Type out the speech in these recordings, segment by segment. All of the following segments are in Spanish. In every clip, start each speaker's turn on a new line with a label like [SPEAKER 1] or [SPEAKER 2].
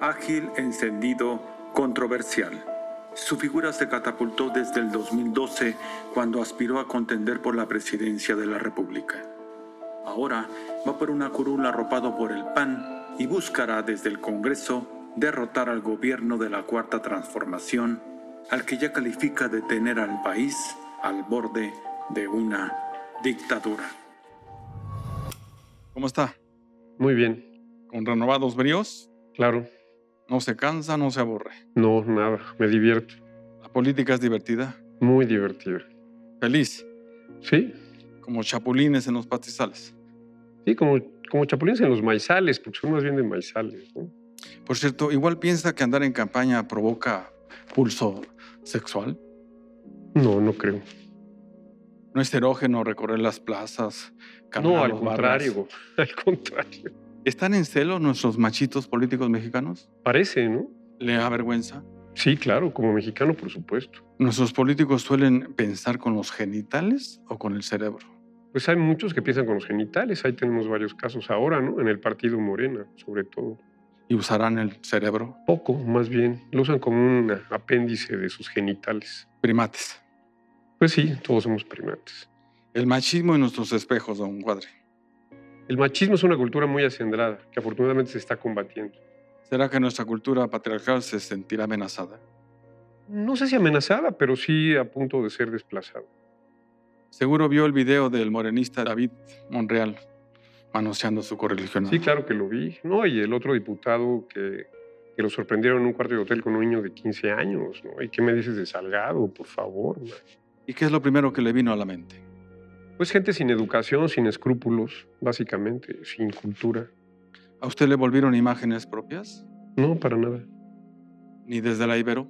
[SPEAKER 1] ágil, encendido, controversial. Su figura se catapultó desde el 2012 cuando aspiró a contender por la presidencia de la República. Ahora va por una curul arropado por el PAN y buscará desde el Congreso derrotar al gobierno de la Cuarta Transformación, al que ya califica de tener al país al borde de una dictadura.
[SPEAKER 2] ¿Cómo está?
[SPEAKER 3] Muy bien,
[SPEAKER 2] ¿Con renovados bríos?
[SPEAKER 3] claro.
[SPEAKER 2] No se cansa, no se aburre.
[SPEAKER 3] No, nada, me divierto.
[SPEAKER 2] La política es divertida.
[SPEAKER 3] Muy divertido.
[SPEAKER 2] Feliz,
[SPEAKER 3] Sí,
[SPEAKER 2] como chapulines en los pastizales.
[SPEAKER 3] sí, como, como chapulines en los maizales, porque son más bien de maizales. ¿no?
[SPEAKER 2] Por cierto, igual piensa que andar en campaña provoca pulso sexual.
[SPEAKER 3] No, no creo.
[SPEAKER 2] No es erógeno recorrer las plazas, caminar
[SPEAKER 3] No, al
[SPEAKER 2] los barrios.
[SPEAKER 3] contrario, al contrario.
[SPEAKER 2] ¿Están en celo nuestros machitos políticos mexicanos?
[SPEAKER 3] Parece, ¿no?
[SPEAKER 2] ¿Le avergüenza?
[SPEAKER 3] Sí, claro, como mexicano, por supuesto.
[SPEAKER 2] ¿Nuestros políticos suelen pensar con los genitales o con el cerebro?
[SPEAKER 3] Pues hay muchos que piensan con los genitales, ahí tenemos varios casos ahora, ¿no? En el partido Morena, sobre todo.
[SPEAKER 2] ¿Y usarán el cerebro?
[SPEAKER 3] Poco, más bien, lo usan como un apéndice de sus genitales.
[SPEAKER 2] Primates.
[SPEAKER 3] Pues sí, todos somos primates.
[SPEAKER 2] El machismo en nuestros espejos, don Cuadre.
[SPEAKER 3] El machismo es una cultura muy acendrada, que afortunadamente se está combatiendo.
[SPEAKER 2] ¿Será que nuestra cultura patriarcal se sentirá amenazada?
[SPEAKER 3] No sé si amenazada, pero sí a punto de ser desplazada.
[SPEAKER 2] Seguro vio el video del morenista David Monreal manoseando a su correligionario.
[SPEAKER 3] Sí, claro que lo vi. No, y el otro diputado que, que lo sorprendieron en un cuarto de hotel con un niño de 15 años, ¿no? ¿Y qué me dices de Salgado, por favor? man?
[SPEAKER 2] ¿Y qué es lo primero que le vino a la mente?
[SPEAKER 3] Pues gente sin educación, sin escrúpulos, básicamente, sin cultura.
[SPEAKER 2] ¿A usted le volvieron imágenes propias?
[SPEAKER 3] No, para nada.
[SPEAKER 2] ¿Ni desde la Ibero?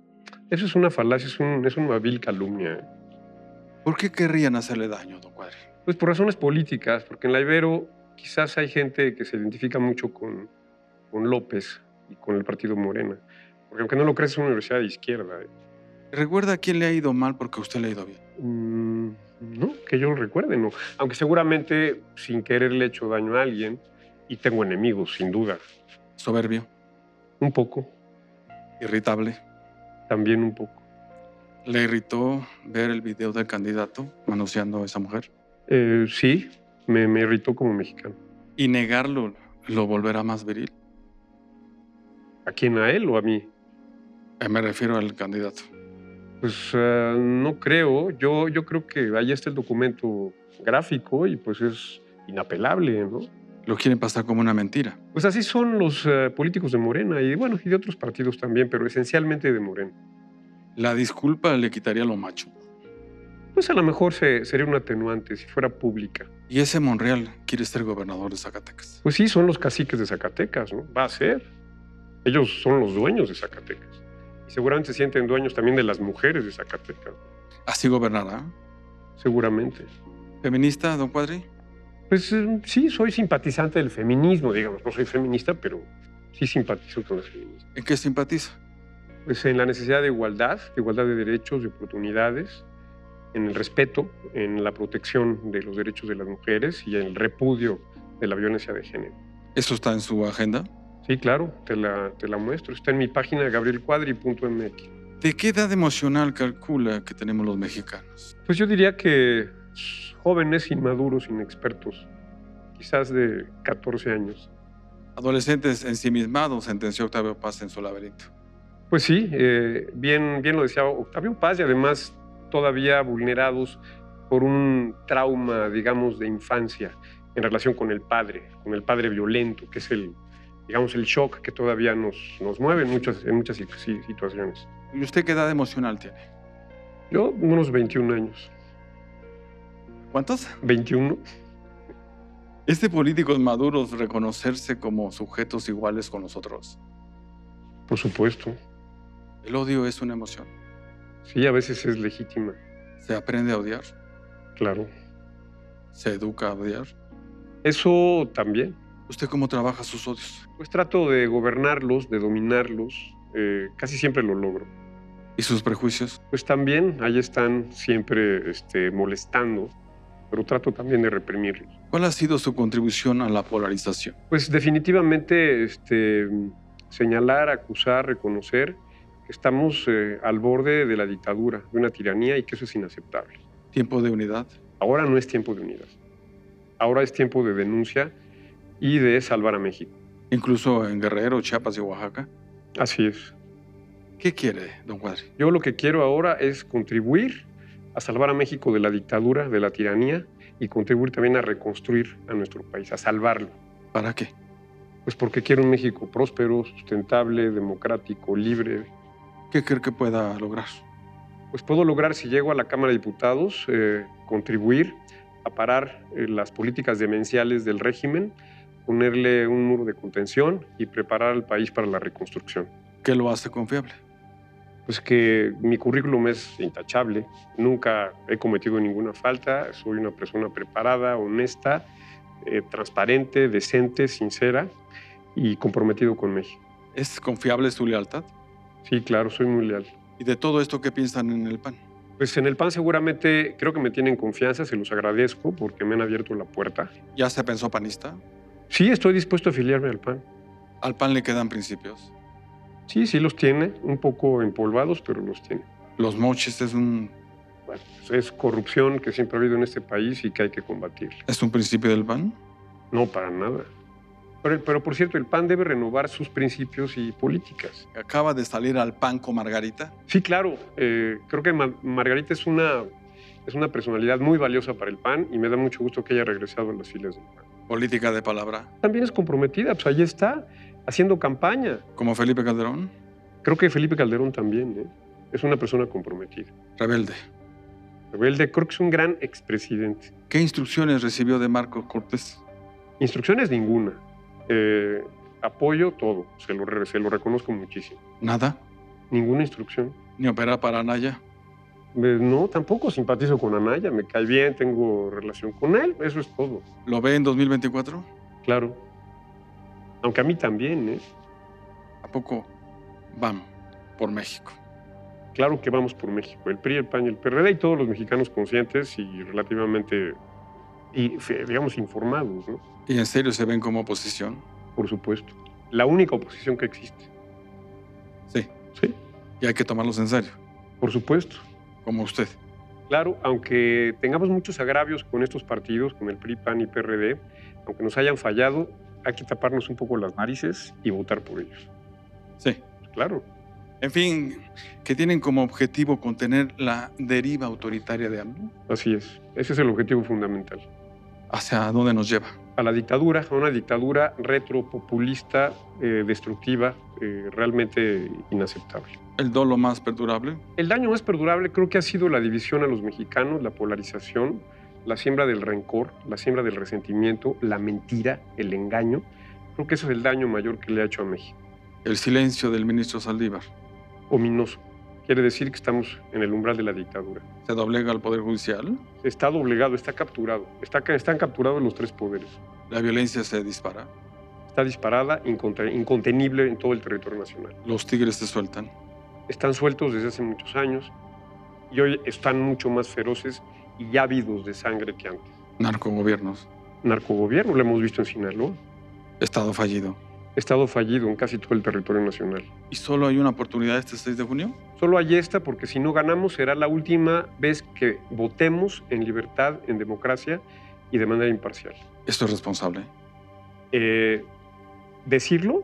[SPEAKER 3] Eso es una falacia, es, un- es una vil calumnia. ¿eh?
[SPEAKER 2] ¿Por qué querrían hacerle daño, don Cuadre?
[SPEAKER 3] Pues por razones políticas, porque en la Ibero quizás hay gente que se identifica mucho con, con López y con el partido Morena. Porque aunque no lo creas, es una universidad de izquierda. ¿eh?
[SPEAKER 2] ¿Recuerda a quién le ha ido mal porque a usted le ha ido bien?
[SPEAKER 3] Mm, no, que yo lo recuerde, no. Aunque seguramente sin querer le he hecho daño a alguien y tengo enemigos, sin duda.
[SPEAKER 2] Soberbio,
[SPEAKER 3] Un poco,
[SPEAKER 2] irritable.
[SPEAKER 3] también un poco.
[SPEAKER 2] ¿Le irritó ver el video del candidato manoseando a esa mujer?
[SPEAKER 3] Eh, sí, me, me irritó como mexicano.
[SPEAKER 2] ¿Y negarlo lo volverá más viril?
[SPEAKER 3] ¿A quién? ¿A él o a mí?
[SPEAKER 2] Eh, Me refiero al candidato.
[SPEAKER 3] Pues eh, no creo. Yo, yo creo que ahí está el documento gráfico y pues es inapelable, ¿no?
[SPEAKER 2] Lo quieren pasar como una mentira.
[SPEAKER 3] Pues así son los eh, políticos de Morena y bueno, y de otros partidos también, pero esencialmente de Morena.
[SPEAKER 2] La disculpa le quitaría lo macho.
[SPEAKER 3] Pues a lo mejor se- sería un atenuante si fuera pública.
[SPEAKER 2] Y ese Monreal quiere ser gobernador de Zacatecas.
[SPEAKER 3] Pues sí, son los caciques de Zacatecas, ¿no? Va a ser. Ellos son los dueños de Zacatecas. Y seguramente se sienten dueños también de las mujeres de Zacatecas,
[SPEAKER 2] ¿Así gobernará?
[SPEAKER 3] seguramente.
[SPEAKER 2] ¿Feminista, don Cuadri?
[SPEAKER 3] Pues eh, sí, soy simpatizante del feminismo, digamos. No soy feminista, pero sí simpatizo con las feministas.
[SPEAKER 2] ¿En qué simpatiza?
[SPEAKER 3] Pues en la necesidad de igualdad, de igualdad de derechos, de oportunidades, en el respeto, en la protección de los derechos de las mujeres y en el repudio de la violencia de género.
[SPEAKER 2] ¿Eso está en su agenda?
[SPEAKER 3] Sí, claro, te la, te la muestro. Está en mi página gabrielcuadri.mx.
[SPEAKER 2] ¿De qué edad emocional calcula que tenemos los mexicanos?
[SPEAKER 3] Pues yo diría que jóvenes inmaduros, inexpertos, quizás de 14 años.
[SPEAKER 2] Adolescentes ensimismados, sentenció Octavio Paz en su laberinto.
[SPEAKER 3] Pues sí, eh, bien, bien lo decía Octavio Paz y además todavía vulnerados por un trauma, digamos, de infancia en relación con el padre, con el padre violento, que es el, digamos, el shock que todavía nos, nos mueve en muchas, en muchas situ- si- situaciones.
[SPEAKER 2] ¿Y usted qué edad emocional tiene?
[SPEAKER 3] Yo, unos 21 años.
[SPEAKER 2] ¿Cuántos?
[SPEAKER 3] 21.
[SPEAKER 2] ¿Es de políticos maduros reconocerse como sujetos iguales con nosotros?
[SPEAKER 3] Por supuesto.
[SPEAKER 2] El odio es una emoción.
[SPEAKER 3] Sí, a veces es legítima,
[SPEAKER 2] Se aprende a odiar,
[SPEAKER 3] claro.
[SPEAKER 2] se educa a odiar.
[SPEAKER 3] Eso también.
[SPEAKER 2] ¿Usted cómo trabaja sus odios?
[SPEAKER 3] Pues trato de gobernarlos, de dominarlos. eh, casi siempre lo logro.
[SPEAKER 2] ¿Y sus prejuicios?
[SPEAKER 3] Pues también ahí están siempre este, molestando, pero trato también de reprimirlos.
[SPEAKER 2] ¿Cuál ha sido su contribución a la polarización?
[SPEAKER 3] Pues definitivamente este, señalar, acusar, reconocer que estamos eh, al borde de la dictadura, de una tiranía y que eso es inaceptable.
[SPEAKER 2] Tiempo de unidad.
[SPEAKER 3] Ahora no es tiempo de unidad. Ahora es tiempo de denuncia y de salvar a México.
[SPEAKER 2] Incluso en Guerrero, Chiapas y Oaxaca.
[SPEAKER 3] Así es.
[SPEAKER 2] ¿Qué quiere, don Cuadri?
[SPEAKER 3] Yo lo que quiero ahora es contribuir a salvar a México de la dictadura, de la tiranía y contribuir también a reconstruir a nuestro país, a salvarlo.
[SPEAKER 2] ¿Para qué?
[SPEAKER 3] Pues porque quiero un México próspero, sustentable, democrático, libre.
[SPEAKER 2] ¿Qué cree que pueda lograr?
[SPEAKER 3] Pues puedo lograr, si llego a la Cámara de Diputados, eh, contribuir a parar eh, las políticas demenciales del régimen, ponerle un muro de contención y preparar al país para la reconstrucción.
[SPEAKER 2] ¿Qué lo hace confiable?
[SPEAKER 3] Pues que mi currículum es intachable, nunca he cometido ninguna falta, soy una persona preparada, honesta, eh, transparente, decente, sincera y comprometido con México.
[SPEAKER 2] ¿Es confiable su lealtad?
[SPEAKER 3] Sí, claro, soy muy leal.
[SPEAKER 2] ¿Y de todo esto qué piensan en el PAN?
[SPEAKER 3] Pues en el PAN seguramente creo que me tienen confianza, se los agradezco porque me han abierto la puerta.
[SPEAKER 2] ¿Ya se pensó panista?
[SPEAKER 3] Sí, estoy dispuesto a afiliarme al PAN.
[SPEAKER 2] ¿Al PAN le quedan principios?
[SPEAKER 3] Sí, sí los tiene, un poco empolvados, pero los tiene.
[SPEAKER 2] Los moches es un...
[SPEAKER 3] Bueno, pues es corrupción que siempre ha habido en este país y que hay que combatir.
[SPEAKER 2] ¿Es un principio del PAN?
[SPEAKER 3] No, para nada. Pero, pero, por cierto, el PAN debe renovar sus principios y políticas.
[SPEAKER 2] ¿Acaba de salir al PAN con Margarita?
[SPEAKER 3] Sí, claro. Eh, creo que Margarita es una, es una personalidad muy valiosa para el PAN y me da mucho gusto que haya regresado a las filas del PAN.
[SPEAKER 2] ¿Política de palabra?
[SPEAKER 3] También es comprometida, pues ahí está, haciendo campaña.
[SPEAKER 2] ¿Como Felipe Calderón?
[SPEAKER 3] Creo que Felipe Calderón también, ¿eh? Es una persona comprometida.
[SPEAKER 2] Rebelde.
[SPEAKER 3] Rebelde, creo que es un gran expresidente.
[SPEAKER 2] ¿Qué instrucciones recibió de Marco Cortés?
[SPEAKER 3] Instrucciones ninguna. Eh, apoyo todo, se lo, se lo reconozco muchísimo.
[SPEAKER 2] ¿Nada?
[SPEAKER 3] Ninguna instrucción.
[SPEAKER 2] ¿Ni opera para Anaya?
[SPEAKER 3] Eh, no, tampoco simpatizo con Anaya, me cae bien, tengo relación con él, eso es todo.
[SPEAKER 2] ¿Lo ve en 2024?
[SPEAKER 3] Claro. Aunque a mí también, ¿eh?
[SPEAKER 2] ¿A poco vamos por México?
[SPEAKER 3] Claro que vamos por México, el PRI, el PAN y el PRD y todos los mexicanos conscientes y relativamente y, digamos, informados. ¿no?
[SPEAKER 2] ¿Y en serio se ven como oposición?
[SPEAKER 3] Por supuesto. La única oposición que existe.
[SPEAKER 2] Sí.
[SPEAKER 3] Sí.
[SPEAKER 2] Y hay que tomarlos en serio.
[SPEAKER 3] Por supuesto.
[SPEAKER 2] Como usted.
[SPEAKER 3] Claro, aunque tengamos muchos agravios con estos partidos, con el PRI, PAN y PRD, aunque nos hayan fallado, hay que taparnos un poco las narices y votar por ellos.
[SPEAKER 2] Sí.
[SPEAKER 3] Claro.
[SPEAKER 2] En fin, que tienen como objetivo contener la deriva autoritaria de AMLO.
[SPEAKER 3] Así es. Ese es el objetivo fundamental.
[SPEAKER 2] ¿Hacia dónde nos lleva?
[SPEAKER 3] A la dictadura, a una dictadura retropopulista, eh, destructiva, eh, realmente inaceptable.
[SPEAKER 2] ¿El dolo más perdurable?
[SPEAKER 3] El daño más perdurable creo que ha sido la división a los mexicanos, la polarización, la siembra del rencor, la siembra del resentimiento, la mentira, el engaño. Creo que eso es el daño mayor que le ha hecho a México.
[SPEAKER 2] El silencio del ministro Saldívar.
[SPEAKER 3] Ominoso. Quiere decir que estamos en el umbral de la dictadura.
[SPEAKER 2] ¿Se doblega al Poder Judicial?
[SPEAKER 3] Está doblegado, está capturado. Está, están capturados los tres poderes.
[SPEAKER 2] ¿La violencia se dispara?
[SPEAKER 3] Está disparada, incontenible en todo el territorio nacional.
[SPEAKER 2] ¿Los tigres se sueltan?
[SPEAKER 3] Están sueltos desde hace muchos años y hoy están mucho más feroces y ávidos de sangre que antes.
[SPEAKER 2] Narcogobiernos.
[SPEAKER 3] Narcogobierno, lo hemos visto en Sinaloa.
[SPEAKER 2] Estado fallido
[SPEAKER 3] estado fallido en casi todo el territorio nacional.
[SPEAKER 2] ¿Y solo hay una oportunidad este 6 de junio?
[SPEAKER 3] Solo hay esta porque si no ganamos será la última vez que votemos en libertad, en democracia y de manera imparcial.
[SPEAKER 2] ¿Esto es responsable?
[SPEAKER 3] Eh, ¿Decirlo?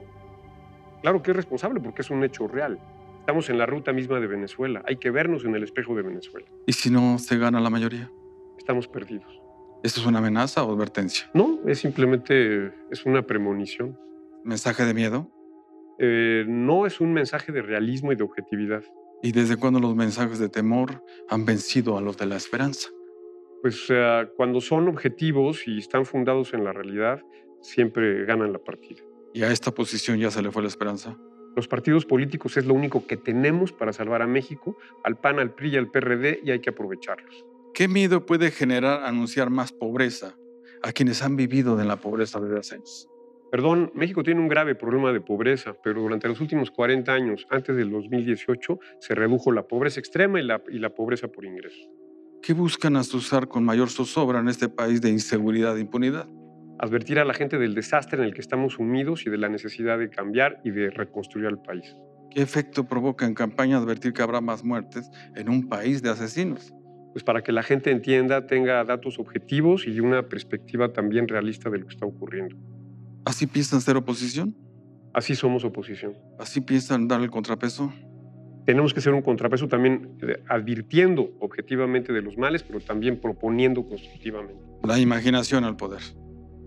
[SPEAKER 3] Claro que es responsable porque es un hecho real. Estamos en la ruta misma de Venezuela. Hay que vernos en el espejo de Venezuela.
[SPEAKER 2] ¿Y si no se gana la mayoría?
[SPEAKER 3] Estamos perdidos.
[SPEAKER 2] ¿Esto es una amenaza o advertencia?
[SPEAKER 3] No, es simplemente es una premonición.
[SPEAKER 2] ¿Mensaje de miedo?
[SPEAKER 3] Eh, no es un mensaje de realismo y de objetividad.
[SPEAKER 2] ¿Y desde cuándo los mensajes de temor han vencido a los de la esperanza?
[SPEAKER 3] Pues uh, cuando son objetivos y están fundados en la realidad, siempre ganan la partida.
[SPEAKER 2] ¿Y a esta posición ya se le fue la esperanza?
[SPEAKER 3] Los partidos políticos es lo único que tenemos para salvar a México, al PAN, al PRI y al PRD, y hay que aprovecharlos.
[SPEAKER 2] ¿Qué miedo puede generar anunciar más pobreza a quienes han vivido de la pobreza desde hace años?
[SPEAKER 3] Perdón, México tiene un grave problema de pobreza, pero durante los últimos 40 años, antes del 2018, se redujo la pobreza extrema y la, y la pobreza por ingresos.
[SPEAKER 2] ¿Qué buscan asusar con mayor zozobra en este país de inseguridad e impunidad?
[SPEAKER 3] advertir a la gente del desastre en el que estamos unidos y de la necesidad de cambiar y de reconstruir al país.
[SPEAKER 2] ¿Qué efecto provoca en campaña advertir que habrá más muertes en un país de asesinos?
[SPEAKER 3] Pues para que la gente entienda, tenga datos objetivos y una perspectiva también realista de lo que está ocurriendo.
[SPEAKER 2] ¿Así piensan ser oposición?
[SPEAKER 3] Así somos oposición.
[SPEAKER 2] ¿Así piensan dar el contrapeso?
[SPEAKER 3] Tenemos que ser un contrapeso también eh, advirtiendo objetivamente de los males, pero también proponiendo constructivamente.
[SPEAKER 2] La imaginación al poder.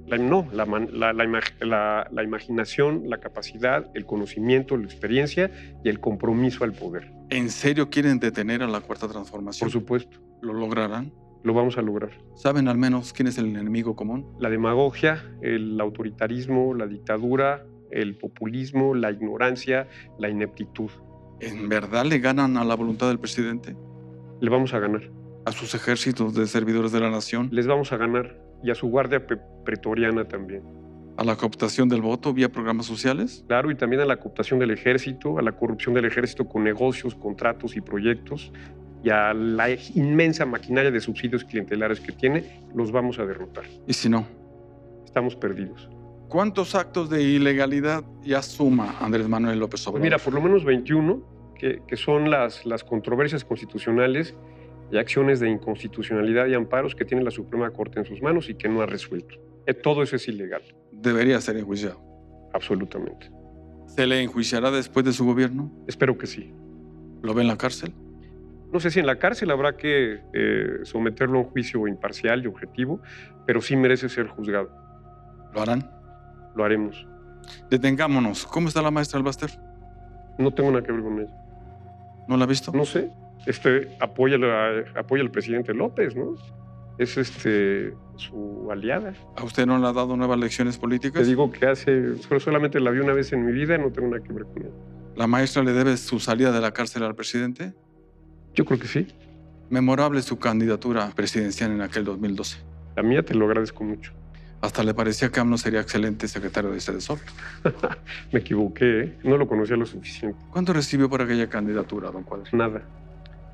[SPEAKER 3] La, no, la, la, la, la, imaginación, la capacidad, el conocimiento, la experiencia y el compromiso al poder.
[SPEAKER 2] ¿En serio quieren detener a la cuarta transformación?
[SPEAKER 3] Por supuesto.
[SPEAKER 2] ¿Lo lograrán?
[SPEAKER 3] Lo vamos a lograr.
[SPEAKER 2] ¿Saben al menos quién es el enemigo común?
[SPEAKER 3] La demagogia, el autoritarismo, la dictadura, el populismo, la ignorancia, la ineptitud.
[SPEAKER 2] ¿En verdad le ganan a la voluntad del presidente?
[SPEAKER 3] Le vamos a ganar.
[SPEAKER 2] ¿A sus ejércitos de servidores de la nación?
[SPEAKER 3] Les vamos a ganar y a su guardia pretoriana también.
[SPEAKER 2] ¿A la cooptación del voto vía programas sociales?
[SPEAKER 3] Claro, y también a la cooptación del ejército, a la corrupción del ejército con negocios, contratos y proyectos, y a la inmensa maquinaria de subsidios clientelares que tiene, los vamos a derrotar.
[SPEAKER 2] ¿Y si no?
[SPEAKER 3] Estamos perdidos.
[SPEAKER 2] ¿Cuántos actos de ilegalidad ya suma Andrés Manuel López Obrador?
[SPEAKER 3] Pues mira, por lo menos 21, que, que son las, las controversias constitucionales y acciones de inconstitucionalidad y amparos que tiene la Suprema Corte en sus manos y que no ha resuelto. Eh, Todo eso es ilegal.
[SPEAKER 2] Debería ser enjuiciado.
[SPEAKER 3] Absolutamente.
[SPEAKER 2] ¿Se le enjuiciará después de su gobierno?
[SPEAKER 3] Espero que sí.
[SPEAKER 2] ¿Lo ve en la cárcel?
[SPEAKER 3] No sé si en la cárcel habrá que eh, someterlo a un juicio imparcial y objetivo, pero sí merece ser juzgado.
[SPEAKER 2] ¿Lo harán?
[SPEAKER 3] Lo haremos.
[SPEAKER 2] Detengámonos. ¿Cómo está la maestra Albaster?
[SPEAKER 3] No tengo nada que ver con ella.
[SPEAKER 2] ¿No la ha visto?
[SPEAKER 3] No sé este, apoya, a, apoya al presidente López, ¿no? Es este, su aliada.
[SPEAKER 2] ¿A usted no le ha dado nuevas lecciones políticas?
[SPEAKER 3] Te digo que hace, solamente la vi una vez en mi vida, no tengo nada que ver con él.
[SPEAKER 2] ¿La maestra le debe su salida de la cárcel al presidente?
[SPEAKER 3] Yo creo que sí.
[SPEAKER 2] Memorable su candidatura presidencial en aquel 2012.
[SPEAKER 3] La mía te lo agradezco mucho.
[SPEAKER 2] Hasta le parecía que AMLO sería excelente secretario de este Sedesol.
[SPEAKER 3] Me equivoqué, ¿eh? no lo conocía lo suficiente.
[SPEAKER 2] ¿Cuánto recibió por aquella candidatura, don Cuadri?
[SPEAKER 3] Nada.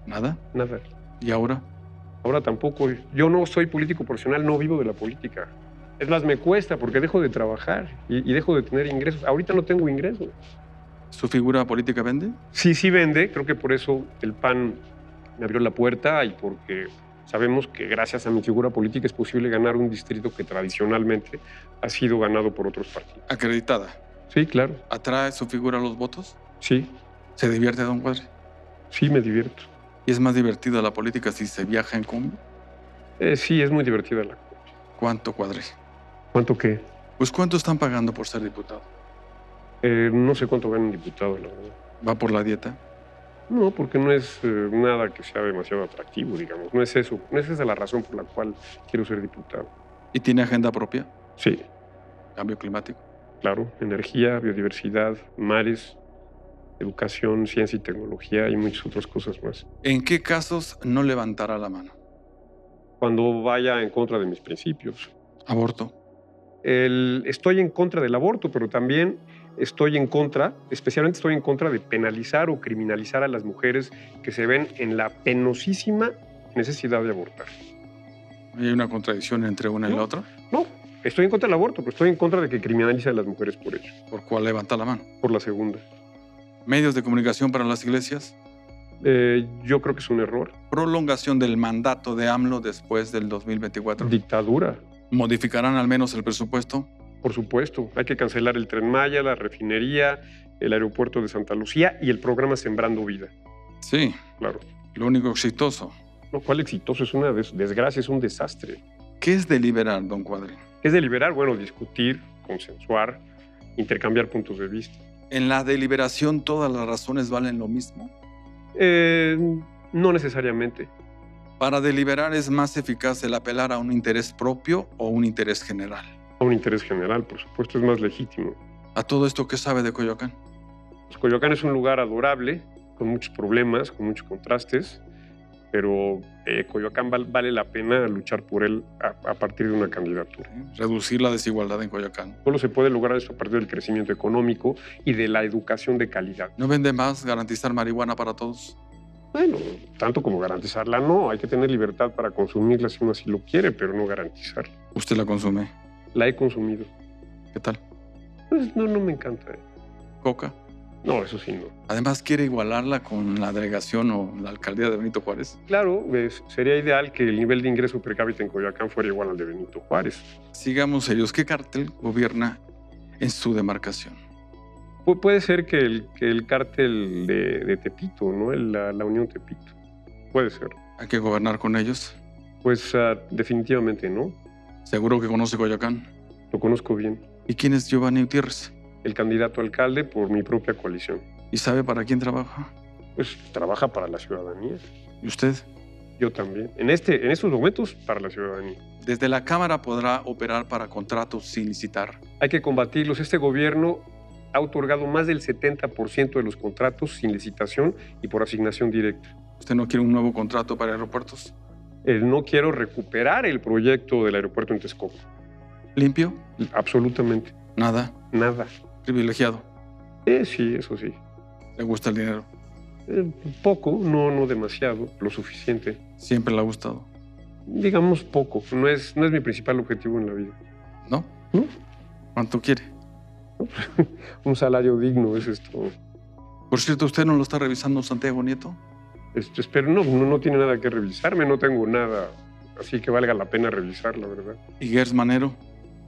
[SPEAKER 2] ¿Nada?
[SPEAKER 3] Nada.
[SPEAKER 2] ¿Y ahora?
[SPEAKER 3] Ahora tampoco. Yo no soy político profesional, no vivo de la política. Es más, me cuesta porque dejo de trabajar y, y dejo de tener ingresos. Ahorita no tengo ingresos.
[SPEAKER 2] ¿Su figura política vende?
[SPEAKER 3] Sí, sí vende. Creo que por eso el PAN me abrió la puerta y porque sabemos que gracias a mi figura política es posible ganar un distrito que tradicionalmente ha sido ganado por otros partidos.
[SPEAKER 2] ¿Acreditada?
[SPEAKER 3] Sí, claro.
[SPEAKER 2] ¿Atrae su figura a los votos?
[SPEAKER 3] Sí.
[SPEAKER 2] ¿Se divierte, don Cuadre?
[SPEAKER 3] Sí, me divierto.
[SPEAKER 2] ¿Y es más divertida la política si se viaja en combi?
[SPEAKER 3] Eh, sí, es muy divertida la combi.
[SPEAKER 2] ¿Cuánto cuadré?
[SPEAKER 3] ¿Cuánto qué?
[SPEAKER 2] Pues ¿cuánto están pagando por ser diputado?
[SPEAKER 3] Eh, no sé cuánto gana un diputado, la verdad.
[SPEAKER 2] ¿Va por la dieta?
[SPEAKER 3] No, porque no es eh, nada que sea demasiado atractivo, digamos. No es eso. No es esa la razón por la cual quiero ser diputado.
[SPEAKER 2] ¿Y tiene agenda propia?
[SPEAKER 3] Sí.
[SPEAKER 2] ¿Cambio climático?
[SPEAKER 3] Claro, energía, biodiversidad, mares, educación, ciencia y tecnología y muchas otras cosas más.
[SPEAKER 2] ¿En qué casos no levantará la mano?
[SPEAKER 3] Cuando vaya en contra de mis principios.
[SPEAKER 2] Aborto.
[SPEAKER 3] El, estoy en contra del aborto, pero también estoy en contra, especialmente estoy en contra de penalizar o criminalizar a las mujeres que se ven en la penosísima necesidad de abortar.
[SPEAKER 2] ¿Hay una contradicción entre una
[SPEAKER 3] no,
[SPEAKER 2] y la otra?
[SPEAKER 3] No, estoy en contra del aborto, pero estoy en contra de que criminalicen a las mujeres por ello.
[SPEAKER 2] ¿Por cuál levanta la mano?
[SPEAKER 3] Por la segunda.
[SPEAKER 2] ¿Medios de comunicación para las iglesias?
[SPEAKER 3] Eh, yo creo que es un error.
[SPEAKER 2] ¿Prolongación del mandato de AMLO después del 2024?
[SPEAKER 3] Dictadura.
[SPEAKER 2] ¿Modificarán al menos el presupuesto?
[SPEAKER 3] Por supuesto. Hay que cancelar el tren Maya, la refinería, el aeropuerto de Santa Lucía y el programa Sembrando Vida.
[SPEAKER 2] Sí.
[SPEAKER 3] Claro.
[SPEAKER 2] Lo único exitoso.
[SPEAKER 3] No, ¿cuál exitoso? Es una des desgracia, es un desastre.
[SPEAKER 2] ¿Qué es deliberar, don Cuadri?
[SPEAKER 3] ¿Qué es deliberar? Bueno, discutir, consensuar, intercambiar puntos de vista.
[SPEAKER 2] ¿En la deliberación todas las razones valen lo mismo?
[SPEAKER 3] Eh, no necesariamente.
[SPEAKER 2] Para deliberar es más eficaz el apelar a un interés propio o un interés general.
[SPEAKER 3] A un interés general, por supuesto, es más legítimo.
[SPEAKER 2] ¿A todo esto qué sabe de Coyoacán?
[SPEAKER 3] Pues Coyoacán es un lugar adorable, con muchos problemas, con muchos contrastes, pero eh, Coyoacán val, vale la pena luchar por él a, a, partir de una candidatura.
[SPEAKER 2] Reducir la desigualdad en Coyoacán.
[SPEAKER 3] Solo se puede lograr eso a partir del crecimiento económico y de la educación de calidad.
[SPEAKER 2] ¿No vende más garantizar marihuana para todos?
[SPEAKER 3] Bueno, tanto como garantizarla, no. Hay que tener libertad para consumirla si uno así lo quiere, pero no garantizarla.
[SPEAKER 2] ¿Usted la consume?
[SPEAKER 3] La he consumido.
[SPEAKER 2] ¿Qué tal?
[SPEAKER 3] Pues no, no me encanta. eh.
[SPEAKER 2] Coca.
[SPEAKER 3] No, eso sí, no.
[SPEAKER 2] Además quiere igualarla con la delegación o la alcaldía de Benito Juárez.
[SPEAKER 3] Claro, es- sería ideal que el nivel de ingreso per cápita en Coyoacán fuera igual al de Benito Juárez.
[SPEAKER 2] Sigamos ellos. ¿Qué cártel gobierna en su demarcación?
[SPEAKER 3] Pu- puede ser que el, que el cártel de, de Tepito, ¿no? El- la, la Unión Tepito. Puede ser.
[SPEAKER 2] Hay que gobernar con ellos.
[SPEAKER 3] Pues ah, definitivamente no.
[SPEAKER 2] Seguro que conoce Coyoacán.
[SPEAKER 3] Lo conozco bien.
[SPEAKER 2] ¿Y quién es Giovanni Gutiérrez?
[SPEAKER 3] El candidato a alcalde por mi propia coalición.
[SPEAKER 2] ¿Y sabe para quién trabaja?
[SPEAKER 3] Pues trabaja para la ciudadanía.
[SPEAKER 2] ¿Y usted?
[SPEAKER 3] Yo también. En, este, en estos momentos, para la ciudadanía.
[SPEAKER 2] Desde la Cámara podrá operar para contratos sin licitar.
[SPEAKER 3] Hay que combatirlos. Este gobierno ha otorgado más del 70% de los contratos sin licitación y por asignación directa.
[SPEAKER 2] ¿Usted no quiere un nuevo contrato para aeropuertos?
[SPEAKER 3] Eh, no quiero recuperar el proyecto del aeropuerto en Texcoco.
[SPEAKER 2] ¿Limpio?
[SPEAKER 3] Absolutamente
[SPEAKER 2] Nada.
[SPEAKER 3] nada.
[SPEAKER 2] ¿Privilegiado?
[SPEAKER 3] Eh, sí, eso sí.
[SPEAKER 2] ¿Le gusta el dinero?
[SPEAKER 3] Eh, poco, no, no demasiado, lo suficiente.
[SPEAKER 2] ¿Siempre le ha gustado?
[SPEAKER 3] Digamos poco. No es, no es mi principal objetivo en la vida.
[SPEAKER 2] ¿No?
[SPEAKER 3] No.
[SPEAKER 2] ¿Cuánto quiere?
[SPEAKER 3] Un salario digno es esto.
[SPEAKER 2] Por cierto, ¿usted no lo está revisando Santiago Nieto?
[SPEAKER 3] Este, espero, no, no, no tiene nada que revisarme, no tengo nada. Así que valga la pena revisar, la verdad.
[SPEAKER 2] ¿Y Gers Manero?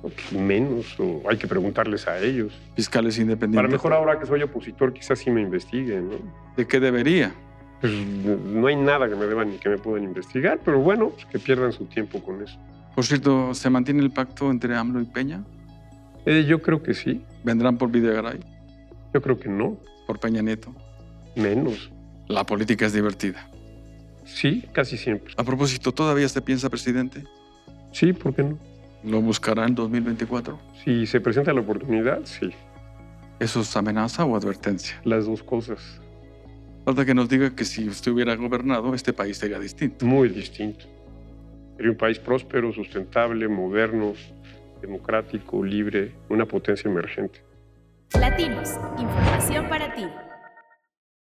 [SPEAKER 3] O que pues, menos, o hay que preguntarles a ellos.
[SPEAKER 2] Fiscales independientes.
[SPEAKER 3] Para mejor ahora que soy opositor, quizás sí me investiguen, ¿no?
[SPEAKER 2] ¿De qué debería?
[SPEAKER 3] Pues no hay nada que me deban ni que me puedan investigar, pero bueno, pues, que pierdan su tiempo con eso.
[SPEAKER 2] Por cierto, ¿se mantiene el pacto entre AMLO y Peña?
[SPEAKER 3] Eh, yo creo que sí,
[SPEAKER 2] ¿Vendrán por Videgaray?
[SPEAKER 3] yo creo que no,
[SPEAKER 2] ¿Por Peña Nieto?
[SPEAKER 3] menos.
[SPEAKER 2] La política es divertida.
[SPEAKER 3] Sí, casi siempre.
[SPEAKER 2] A propósito, ¿todavía se piensa presidente?
[SPEAKER 3] Sí, ¿por qué no?
[SPEAKER 2] ¿Lo buscará en 2024?
[SPEAKER 3] Si se presenta la oportunidad, sí,
[SPEAKER 2] ¿Eso es amenaza o advertencia?
[SPEAKER 3] las dos cosas.
[SPEAKER 2] Falta que nos diga que si usted hubiera gobernado, este país sería distinto.
[SPEAKER 3] Muy distinto. Sería un país próspero, sustentable, moderno, democrático, libre, una potencia emergente.
[SPEAKER 4] Latinos, información para ti.